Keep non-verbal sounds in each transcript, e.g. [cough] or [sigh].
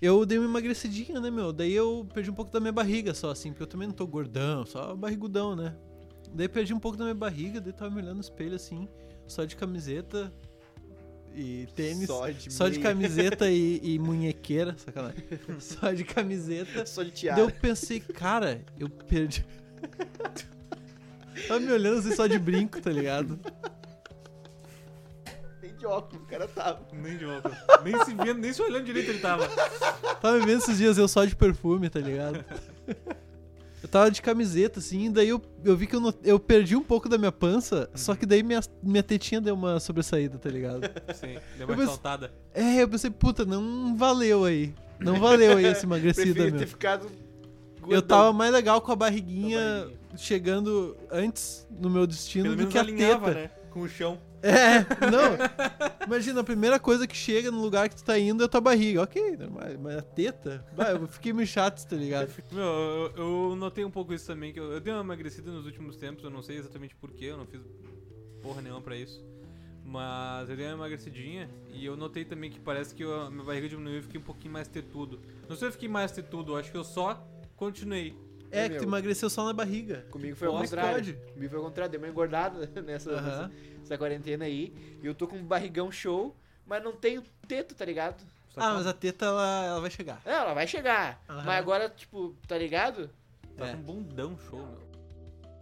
eu dei uma emagrecidinha, né, meu? Daí eu perdi um pouco da minha barriga só, assim, porque eu também não tô gordão, só barrigudão, né? Daí perdi um pouco da minha barriga, daí tava me olhando no espelho, assim, só de camiseta e tênis. Só de meia. camiseta e, [laughs] e munhequeira, sacanagem. só de camiseta. Só de Daí eu tiara. pensei, cara, eu perdi. [laughs] Tava me olhando assim só de brinco, tá ligado? Nem de óculos, o cara tá. tava. Nem de óculos. Nem se vendo, nem se olhando direito ele tava. Tava me vendo esses dias eu só de perfume, tá ligado? [laughs] Eu tava de camiseta, assim, e daí eu, eu vi que eu, not- eu perdi um pouco da minha pança, só que daí minha, minha tetinha deu uma sobressaída, tá ligado? Sim, deu Eu uma pensei- saltada. É, eu pensei, puta, não valeu aí. Não valeu aí essa [laughs] emagrecida, Preferia ter meu. ficado. Eu gordão. tava mais legal com a barriguinha, Com a barriguinha. chegando antes no meu destino Pelo do menos que a alinhava, teta. né? Com o chão. [laughs] É, não. Imagina, a primeira coisa que chega no lugar que tu tá indo é a tua barriga. Ok, normal, mas a teta? Bah, eu fiquei meio chato, tá ligado? Meu, eu, eu notei um pouco isso também, que eu, eu dei uma emagrecida nos últimos tempos, eu não sei exatamente porquê, eu não fiz porra nenhuma pra isso. Mas eu dei uma emagrecidinha e eu notei também que parece que eu- a minha barriga diminuiu e eu fiquei um pouquinho mais tetudo. Não sei se eu fiquei mais tetudo, eu acho que eu só continuei. É, É, que tu meu. emagreceu só na barriga. Comigo foi o Pode, contrário. pode. Comigo foi o contrário, deu uma engordada [laughs] nessa, Aham. nessa, nessa quarentena aí. E eu tô com um barrigão show, mas não tenho teto, tá ligado? Só Ah, que- mas a teta, ela, ela vai chegar. Não, ela vai chegar. Aham. Mas agora, tipo, tá ligado? Tá É. com um bundão show, meu.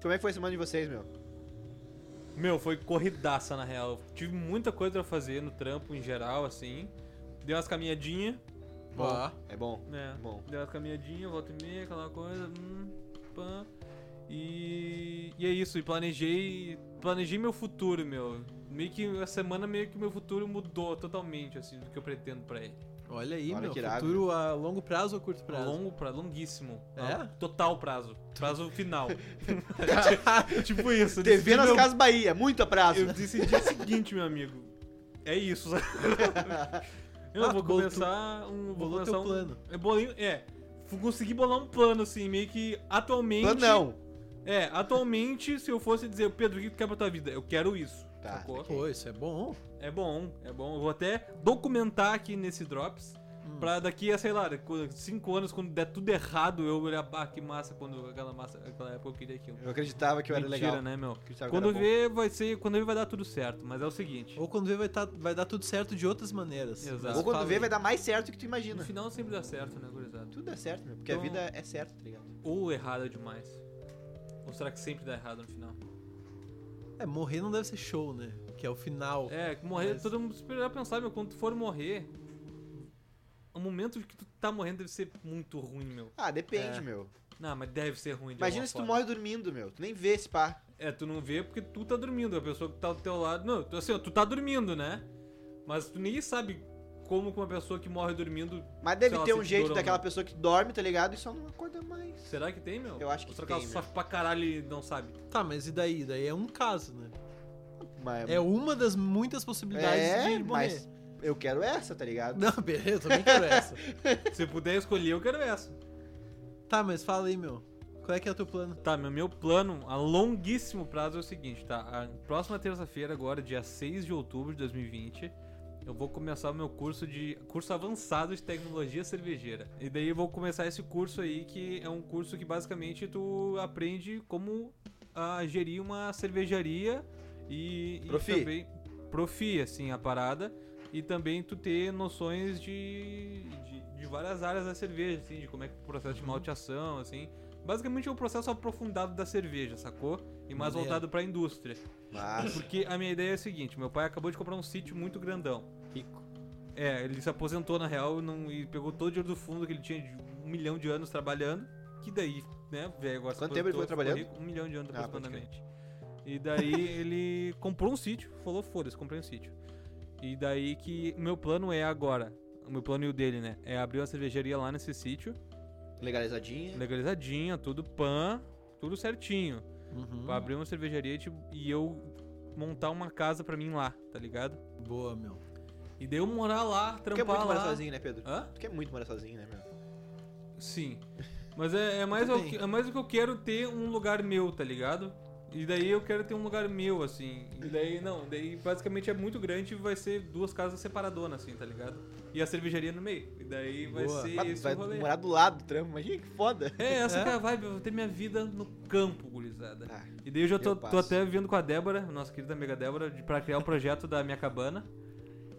Como é que foi a semana de vocês, meu? Meu, foi corridaça na real. Tive muita coisa pra fazer no trampo em geral, assim. Dei umas caminhadinhas. Ó. É bom. É. Bom. Deu uma caminhadinha, volta e meia, aquela coisa. Hum, pã. E, e é isso, e planejei. Planejei meu futuro, meu. Meio que a semana meio que meu futuro mudou totalmente, assim, do que eu pretendo pra ele. Olha aí, Olha meu. que irado. Futuro a longo prazo ou curto prazo? [laughs] Longo pra longuíssimo. É? Total prazo. Prazo final. tipo isso. eu decidi TV nas meu- Casas Bahia, muito abraço. Eu decidi o seguinte, meu amigo. É isso. sabe? Eu Ah, tu vou bolou- começar um. Vou Bolou começar teu um. plano. É, bolinho, é. fu- Consegui bolar um plano, assim, meio que atualmente. Plano não. É, atualmente, se eu fosse dizer, Pedro, o que tu quer pra tua vida? Eu quero isso. Tá, sacou? Pô, isso é bom. É bom, é bom. Eu vou até documentar aqui nesse Drops. Hum. Pra daqui a, sei lá, quando- cinco anos, quando der tudo errado, eu olhar, bah, que massa, quando aquela massa, aquela época eu queria aquilo. Eu acreditava que eu era Mentira, é legal. né, meu? Acreditava que eu Quando era bom. ver, vai ser. Quando ver, vai dar tudo certo. Mas é o seguinte. Ou quando vê, vai, tá- vai dar tudo certo de outras maneiras. Exato. Mas Ou quando fala vê, aí. vai dar mais certo do que tu No imagina. final sempre dá certo, né, gurizada? Tudo é certo, meu. Porque a Então- vida é certa, tá ligado? Ou errado é demais. Ou será que sempre dá errado no final? É, morrer não deve ser show, né? Que é o final. É, que morrer, Mas- todo mundo esperar pensar, meu, quando tu for morrer, o momento que tu tá morrendo deve ser muito ruim, meu. Ah, depende, É. meu. Não, mas deve ser ruim de Imagina alguma se tu forma. morre dormindo, meu. Tu nem vê esse pá. É, tu não vê porque tu tá dormindo, a pessoa que tá do teu lado. Não, tu, assim, ó, tu tá dormindo, né? Mas tu nem sabe como que uma pessoa que morre dormindo. Mas deve Sei lá, ter se um te jeito durou, daquela né? pessoa que dorme, tá ligado? E só não acorda mais. Será que tem, meu? Eu acho que Ou será ela tem, né? sofre pra caralho e não sabe? Tá, mas e daí? Daí é um caso, né? Mas, É uma das muitas possibilidades um- É, de morrer. mas eu quero essa, tá ligado? Não, beleza, eu também quero essa. Se puder escolher, eu quero essa. Tá, mas fala aí, meu. Qual é que é o teu plano? Tá, meu, meu plano a longuíssimo prazo é o seguinte, tá? A próxima terça-feira, agora, dia 6 de outubro de 2020, eu vou começar o meu curso de. curso avançado de tecnologia cervejeira. E daí eu vou começar esse curso aí, que é um curso que basicamente tu aprende como a gerir uma cervejaria e, e Profi. também. Profi, assim, a parada. E também tu ter noções de, de, de várias áreas da cerveja, assim, de como é que o processo de malteação, assim. Basicamente é um processo aprofundado da cerveja, sacou? E mais Maneiro. voltado pra indústria. Mas, Porque a minha ideia é a seguinte: meu pai acabou de comprar um sítio muito grandão. rico. É, ele se aposentou na real e não- e pegou todo o dinheiro do fundo que ele tinha de um milhão de anos trabalhando. Que daí, né, velho, agora se Quanto tempo ele aposentou, foi trabalhando? ficou rico, um milhão de anos Ah, pode crer. aproximadamente. e daí [laughs] ele comprou um sítio, falou: foda-se, comprei um sítio. E daí que o meu plano é agora. O meu plano e o dele, né? É abrir uma cervejaria lá nesse sítio, Legalizadinha. legalizadinha, tudo pan, tudo certinho. Hum. Pra abrir uma cervejaria tipo, e eu montar uma casa pra mim lá, tá ligado? Uhum. Boa, meu. E daí eu morar lá, Tu quer muito trampar um lá. Ah. morar sozinho, né, Pedro? Hã? Tu quer muito morar sozinho, né, meu? Sim. Mas é, é mais Tudo o é bem. que, é mais o que eu quero ter um lugar meu, tá ligado? E daí eu quero ter um lugar meu, assim. E daí, não, daí basicamente é muito grande e vai ser duas casas separadonas, assim, tá ligado? E a cervejaria no meio. E daí vai Boa. ser Mas esse vai o um rolê. morar do lado do trampo, imagina que foda. É, essa É. que é a vibe, eu vou ter minha vida no campo, gurizada. Ah, E daí eu já tô, eu tô passo. até vendo com a Débora, nossa querida amiga Débora, de, pra criar o projeto da minha cabana.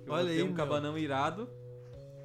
Eu Olha vou aí, ter um meu. cabanão irado.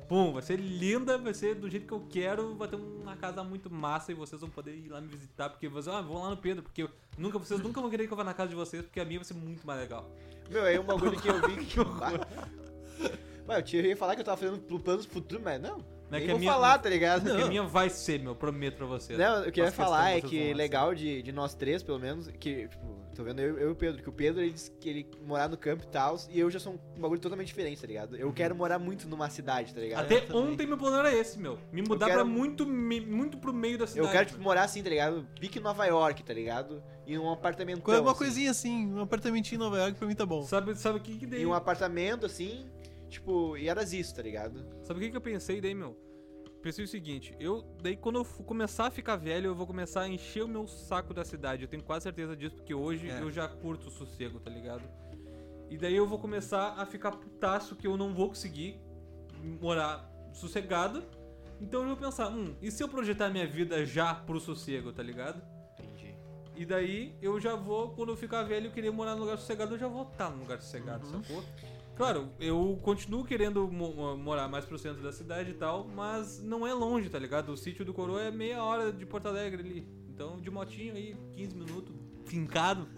Pum, vai ser linda, vai ser do jeito que eu quero, vai ter uma casa muito massa e vocês vão poder ir lá me visitar, porque vocês, ah, vão lá no Pedro, porque eu- nunca, vocês nunca vão querer que eu vá na casa de vocês, porque a minha vai ser muito mais legal. Meu, aí um bagulho que eu vi que. [laughs] Mas eu tinha- eu ia falar que eu tava fazendo pl- planos futuros, mas não. Não é nem que a vou minha- falar, tá ligado? Porque a Não. minha vai ser, meu, prometo pra vocês. Não, o que eu ia Faço questão falar é vocês né? vão que lá, legal de, de nós três, pelo menos, que, tipo, tô vendo eu, eu e o Pedro, que o Pedro ele disse que ele morar no campo e tal, e eu já sou um bagulho totalmente diferente, tá ligado? Uhum. Eu quero morar muito numa cidade, tá ligado? Até Eu também. ontem meu plano era esse, meu. Me mudar quero- pra muito, me- muito pro meio da cidade. né? Eu quero, tipo, meu. morar assim, tá ligado? Pique Nova York, tá ligado? E um apartamento. Qual é uma coisinha assim, um apartamentinho em Nova York pra mim tá bom. Sabe, sabe o que que deu? E um apartamento, assim, tipo, e era isso, tá ligado? Sabe o que, que eu pensei daí, meu? Pensei o seguinte, eu daí quando eu fu- começar a ficar velho, eu vou começar a encher o meu saco da cidade. Eu tenho quase certeza disso, porque hoje É. eu já curto o sossego, tá ligado? E daí eu vou começar a ficar putaço que eu não vou conseguir morar sossegado. Então eu vou pensar, hum, e se eu projetar minha vida já pro sossego, tá ligado? Entendi. E daí eu já vou, quando eu ficar velho e querer morar num lugar sossegado, eu já vou estar num lugar sossegado, Uhum. sacou? Claro, eu continuo querendo mo- mo- morar mais pro centro da cidade e tal, mas não é longe, tá ligado? O sítio do Coroa é meia hora de Porto Alegre ali. Então, de motinho aí, 15 minutos, [laughs] fincado.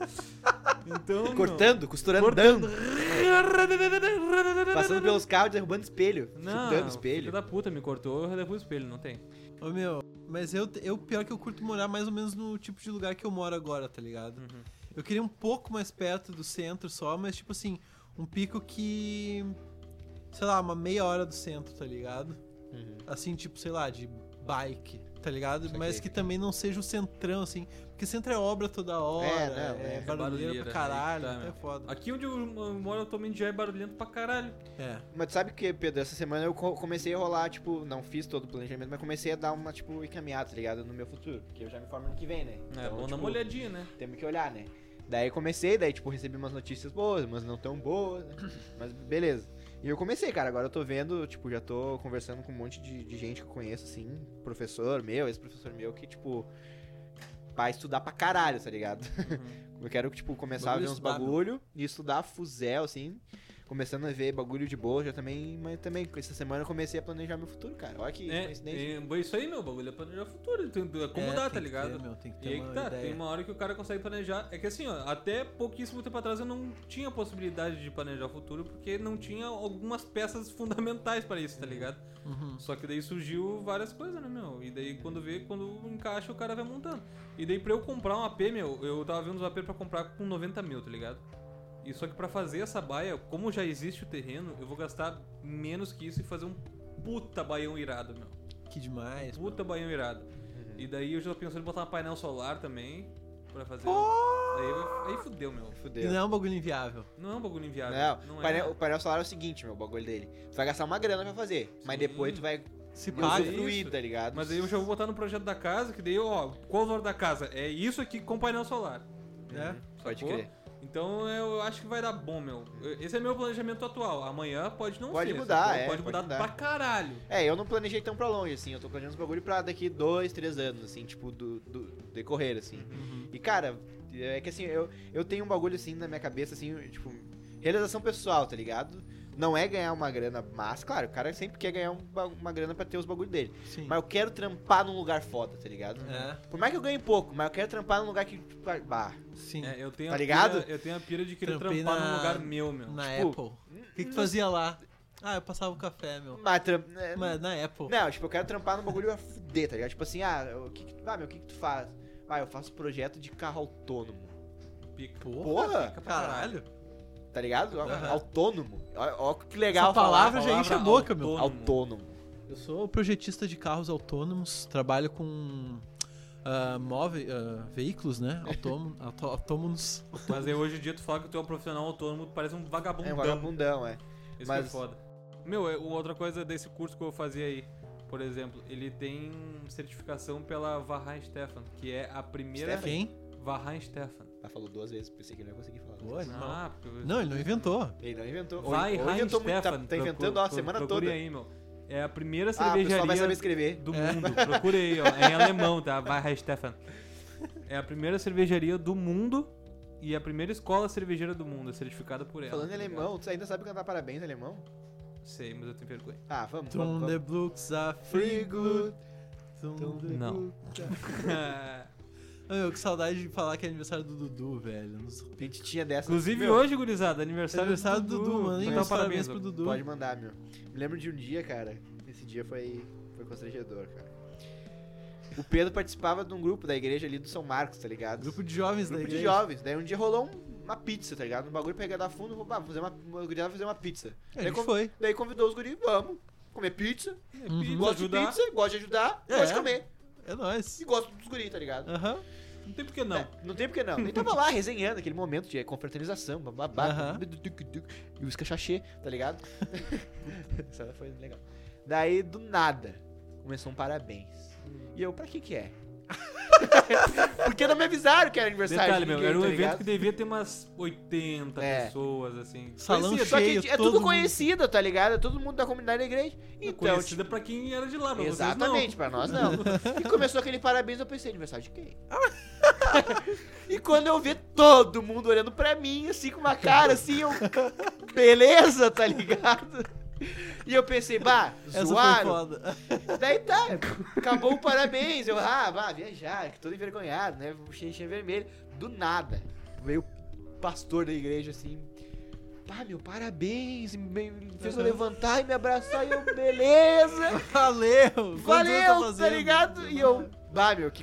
Então. Cortando, costurando, Cortando. dando, meu- passando pelos carros, derrubando espelho, Não, chutando filho espelho. da puta me cortou, eu derrubo o espelho, não tem. Ô meu, mas eu, eu pior que eu curto morar mais ou menos no tipo de lugar que eu moro agora, tá ligado? Uhum. Eu queria um pouco mais perto do centro só, mas tipo assim, um pico que. Sei lá, uma meia hora do centro, tá ligado? Uhum. Assim, tipo, sei lá, de bike, tá ligado? Saquei. Mas que também não seja o centrão, assim. Porque centro é obra toda hora, é, É, não, é. barulheiro né, Barulheira, pra caralho, aí que tá, é meu. foda. Aqui onde eu moro atualmente já é barulhento pra caralho. É. Mas tu sabe o que, Pedro? Essa semana eu co- comecei a rolar, tipo, não fiz todo o planejamento, mas comecei a dar uma, tipo, encaminhada, tá ligado? No meu futuro. Porque eu já me formo ano que vem, né? É bom dar tipo, uma olhadinha, né? Temos que olhar, né? Daí comecei, daí, tipo, recebi umas notícias boas, mas não tão boas, [laughs] né? Mas beleza. E eu comecei, cara. Agora eu tô vendo, tipo, já tô conversando com um monte de, de gente que eu conheço, assim, professor meu, ex-professor meu, que, tipo, vai estudar pra caralho, tá ligado? Uhum. [laughs] Eu quero, tipo, começar Bagulho a ver uns estudar, meu. bagulho e estudar fuzel, assim. Começando a ver bagulho de boa, já também. Mas também, com essa semana eu comecei a planejar meu futuro, cara. Olha que É, coincidência. é, bom, isso aí, meu, o bagulho é planejar o futuro. Tem, é como É, dá, tem tá que ligado? Ter, meu, tem que e ter aí uma que tá, ideia. tem uma hora que o cara consegue planejar. É que assim, ó, até pouquíssimo tempo atrás eu não tinha possibilidade de planejar o futuro porque não tinha algumas peças [laughs] fundamentais pra isso, tá ligado? Uhum. Só que daí surgiu várias coisas, né, meu? E daí quando vê, quando encaixa, o cara vai montando. E daí pra eu comprar um AP, meu, eu tava vendo uns AP pra comprar com 90 mil, tá ligado? E só que pra fazer essa baia, como já existe o terreno, eu vou gastar menos que isso e fazer um puta baião irado, meu. Que demais. mano. Puta banho irado. Uhum. E daí eu já tô pensando em botar um painel solar também pra fazer. Daí eu- aí fudeu, meu. E Fudeu. não é um bagulho inviável. Não é um bagulho inviável. Não, não o é. painel, o painel solar é o seguinte, meu, o bagulho dele. Tu vai gastar uma grana pra fazer, mas Sim. depois tu vai Se Mas paga. aí- usufruir, isso. tá ligado? Mas aí eu já vou botar no projeto da casa, que daí, ó, qual o valor da casa? É isso aqui com painel solar. né? Pode sacou? crer. Então eu acho que vai dar bom, meu. Esse é meu planejamento atual. Amanhã pode não Pode ser. mudar, sacou? é, pode pode mudar mudar. pra caralho. É, eu não planejei tão pra longe, assim. Eu tô planejando os bagulho pra daqui dois, três anos, assim, tipo, do, do decorrer, assim. Uhum. E, cara, é que assim, eu, eu tenho um bagulho assim na minha cabeça, assim, tipo, realização pessoal, tá ligado? Não é ganhar uma grana, mas, claro, o cara sempre quer ganhar um ba- uma grana pra ter os bagulhos dele. Sim. Mas eu quero trampar num lugar foda, tá ligado? Uhum. É, Por mais que eu ganhe pouco, mas eu quero trampar num lugar que, tipo, ah, bah, sim. É, eu tenho Tá a ligado? pira- eu tenho a pira de querer Trampei trampar na- num lugar meu, meu. Na tipo, Apple. O que, que tu fazia lá? Ah, eu passava o café, meu. mas, tram- né, Mas na Apple. Não, tipo, eu quero trampar no bagulho a fuder, tá ligado? Tipo assim, ah, o que que, tu- ah, meu, o que, que tu faz? Ah, eu faço projeto de carro autônomo, Pica. Porra, pica pra Caralho. tá ligado? Ó, Aham. Autônomo. Ó, ó que legal Essa palavra já falar, enche a boca, meu. é falar. Autônomo. Eu sou projetista de carros autônomos, trabalho com ah, móve- ah, veículos, né? Autômo- auto- Autônomos. Mas aí hoje em dia tu fala que tu é um profissional autônomo, tu parece um vagabundo. É um vagabundão, é. Isso mas- que é foda. Meu, é- outra coisa desse curso que eu fazia aí, por exemplo, ele tem certificação pela Vahan Stefan, que é a primeira Stefan? Quem? Vahan Stefan. Ah, falou duas vezes, pensei que ele não ia conseguir falar. duas Pô, vezes. ele- Ah, porque eu- Não, ele não inventou. Ele não inventou. Ou- Vai, ou, Heinz inventou muito, tá, Stefan. tá inventando ó, a semana procure toda. aí, meu. É a primeira Ah, o pessoal vai cervejaria saber É. escrever. do mundo. Procure aí, ó. É em alemão, tá? Vai, Heinz Stefan. É a primeira cervejaria do mundo e a primeira escola cervejeira do mundo, é certificada por ela. Falando em tá ligado? alemão, tu ainda sabe cantar parabéns em alemão? Sei, mas eu tenho vergonha. [laughs] Ah, vamos, Então, vamos, Tum vamos. né? de Blux a Free Frigo. good. Tum de Não. Blux a- É. Ah, meu, que saudade de falar que é aniversário do Dudu, velho. Nos- A gente tinha dessa. Inclusive Meu, hoje, gurizada, aniversário, Aniversário É do Dudu, mano. Nem Mandar meus parabéns parabéns pro ó. Dudu. Pode mandar, meu. Me lembro de um dia, cara. Esse dia foi, foi constrangedor, cara. O Pedro participava de um grupo da igreja ali do São Marcos, tá ligado? Grupo de jovens da Grupo de igreja. jovens. Daí um dia rolou um- uma pizza, tá ligado? Um bagulho pra arrecadar fundo, vou, bah, fazer uma, uma gurizada fazer uma pizza. A Daí gente con- foi. Daí convidou os guris, vamos comer pizza. Uhum. Vamos Gosto de ajudar. pizza, gosto de ajudar, É. gosto de comer. É E nóis. gosto dos guris, tá ligado? Aham. Não tem por que não. É, não tem porque não. Nem tava lá resenhando aquele momento de confraternização, bababá, Aham. e o escachachê, tá ligado? [laughs] Essa foi legal. Daí, do nada, começou um parabéns. E eu, pra que que é? [laughs] porque não me avisaram que era aniversário Detalhe, de meu, ninguém, era um tá evento ligado? que devia ter umas 80 É. pessoas, assim. Salão Conhecido, cheio, só que é todo tudo mundo- conhecido, tá ligado? É todo mundo da comunidade da igreja. Então, Conhecida pra quem era de lá, pra Exatamente, vocês pra nós não. E começou aquele parabéns, eu pensei, aniversário de quem? [laughs] e quando eu vi todo mundo olhando pra mim, assim, com uma cara assim, eu. Beleza, tá ligado? E eu pensei, bah, Essa foi zoaram. foda. [laughs] Daí tá, acabou o parabéns. Eu, ah, vá, viajar, que todo envergonhado, né? Cheinha vermelho. Do nada, veio o pastor da igreja assim. Pá, meu, parabéns. e Me fez eu Aham. levantar e me abraçar. E eu, beleza. Valeu! Quantos anos tá Valeu, tá fazendo? ligado? E eu. Bah, meu, que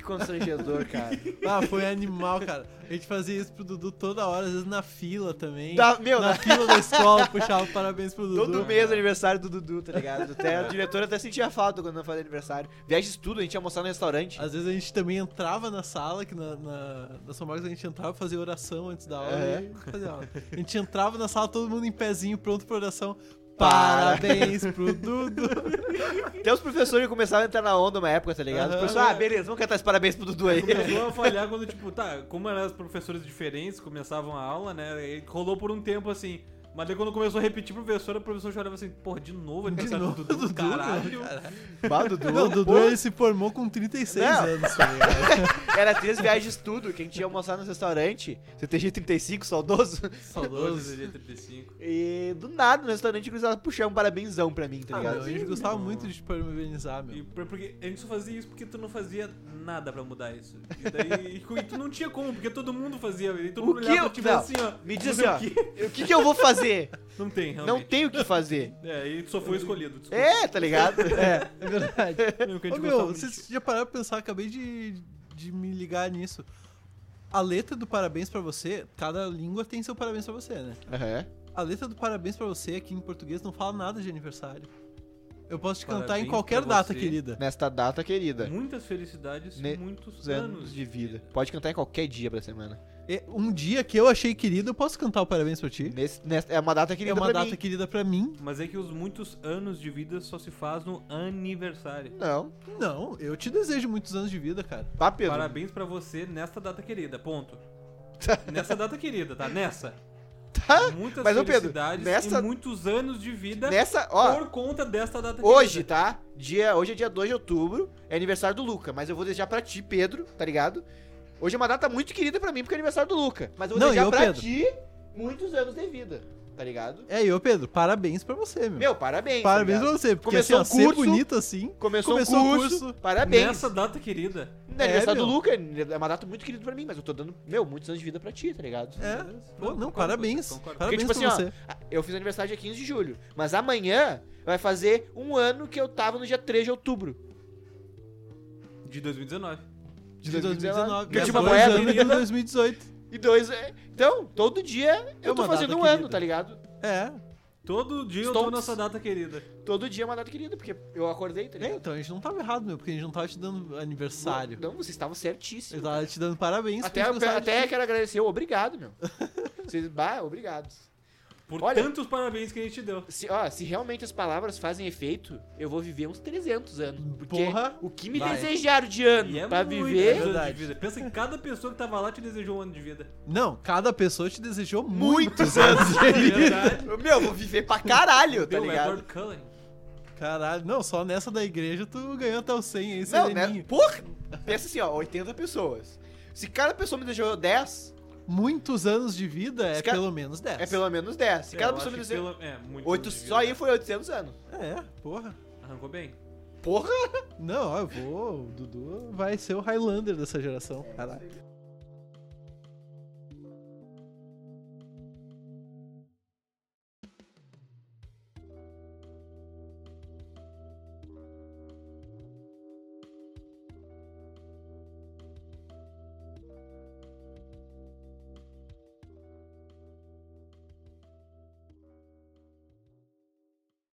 [laughs] constrangedor, cara. Ah, foi animal, cara. A gente fazia isso pro Dudu toda hora, às vezes na fila também. Da- meu, na na- fila da escola, puxava parabéns pro Dudu. [laughs] Todo mês é aniversário do Dudu, tá ligado? Até a diretora até sentia falta quando não fazia aniversário. Viagem de estudo, a gente ia almoçar no restaurante. Às vezes a gente também entrava na sala, que na, na, na São Marcos a gente entrava pra fazer oração antes da aula É. e fazia aula. A gente entrava na sala, todo mundo em pezinho, pronto pra oração. Para. Parabéns pro Dudu. Até os professores começaram a entrar na onda uma época, tá ligado? Os Aham. professores, ah, beleza, vamos cantar esse parabéns pro [laughs] Dudu aí. Começou a falhar quando, tipo, tá, como eram as professores diferentes, começavam a aula, né? e rolou por um tempo assim. Mas daí quando começou a repetir professora, o professor chorava assim, porra, de novo aniversário novo, do Dudu, Dudu, né?" caralho. Bah, [laughs] Dudu. Não, o Dudu pô, ele se formou com 36 Não. anos, tá ligado? Era três viagens de estudo que a gente ia almoçar no restaurante. CTG 35, saudoso. é Saudoso do 35. E do nada, no restaurante, eles puxaram um parabénsão pra mim, tá Ah, ligado? meu, a gente gostava muito de te parabenizar, E meu. por- porque a gente só fazia isso porque tu não fazia nada pra mudar isso. E [laughs] daí e tu não tinha como, porque todo mundo fazia. E todo O mundo que olhava eu- pra ti e não, assim, ó. [laughs] me diz não assim, sei ó. o quê. O que que eu vou fazer? [laughs] Não tem, Não realmente. tem o que fazer. É, e tu só foi escolhido, desculpa. É, tá ligado? [laughs] É, é verdade. Mesmo que a gente Ô, meu, gostava muito de vocês ti. já pararam pra pensar, acabei de, de me ligar nisso. A letra do parabéns pra você, cada língua tem seu parabéns pra você, né? Aham. A letra do parabéns pra você aqui em português não fala nada de aniversário. Eu posso te cantar Parabéns em qualquer pra data, você. querida. Nesta data querida, Muitas felicidades, é. Ne- muitos os anos de vida. Pode cantar em qualquer dia pra semana. E um dia que eu achei querido, eu posso cantar o parabéns pra ti. Nesse, nesta, é uma data querida é uma pra data mim. querida pra mim. Mas é que os muitos anos de vida só se faz no aniversário. Não. Não, eu te desejo muitos anos de vida, cara. Tá, Pedro? Parabéns pra você nesta data querida, ponto. Nessa data querida, tá? Nessa. Tá? Muitas Mas, ô, Pedro, felicidades nessa- e muitos anos de vida Nessa, ó, por conta desta data hoje, querida. tá? Dia, hoje é dia 2 de outubro, é aniversário do Luca, mas eu vou desejar pra ti, Pedro, tá ligado? Hoje é uma data muito querida pra mim, porque é aniversário do Luca. Mas eu vou Não, e desejar eu, pra Pedro? ti muitos anos de vida, tá ligado? É, e ô Pedro, parabéns pra você, meu. Meu, parabéns. tá parabéns pra ligado? você, porque assim, Começou ó, um ser curso, bonito assim. Começou, Começou o o curso, curso. parabéns. Nessa data querida. É, aniversário meu. do Luca, é uma data muito querida pra mim, mas eu tô dando, meu, muitos anos de vida pra ti, tá ligado? É. Pô, não, concordo, parabéns. concordo. Parabéns Porque, tipo pra assim, você. Eu fiz aniversário dia 15 de julho, mas amanhã vai fazer um ano que eu tava no dia 3 de outubro. De 2019. De 2019. Que eu tinha Dois uma moeda anos de querida. 2018. E dois, é... Então, todo dia eu É tô uma fazendo data um querida. ano, tá ligado? É. Todo dia eu tô Stonks. nessa data querida. Todo dia é uma data querida, porque eu acordei, tá É, ligado? então a gente não tava errado, meu, porque a gente não tava te dando aniversário. Não, vocês estavam Eu certíssimos. tava te dando parabéns. porque Até, a gente até gostava de ti. [laughs] quero agradecer, obrigado, meu. vocês, bah, obrigado. Por Olha- tantos parabéns que a gente deu. Se, ó, se realmente as palavras fazem efeito, eu vou viver uns 300 anos. Porque Porra! o que me Vai. desejaram de ano E é pra muito viver. anos Verdade. de vida. Pensa que cada pessoa que tava lá te desejou um ano de vida. Não, cada pessoa te desejou muitos [laughs] anos É de vida. é Verdade. é Meu, vou viver pra caralho, tá Deu o ligado? Edward Cullen. Caralho, não, só nessa da igreja tu ganhou até o 100 aí, Não, né? Seleninho. Porra! Pensa assim, ó, 80 pessoas. Se cada pessoa me desejou 10, Muitos anos de vida é Esse né? cara- pelo menos 10. é pelo menos 10. Se É, cada eu pessoa me acho que desejou. pelo- É, muito Oito, anos de só vida. aí foi 800 anos. É, porra. Arrancou bem. Porra! Não, ó, eu vou. O Dudu vai ser o Highlander dessa geração. Caralho.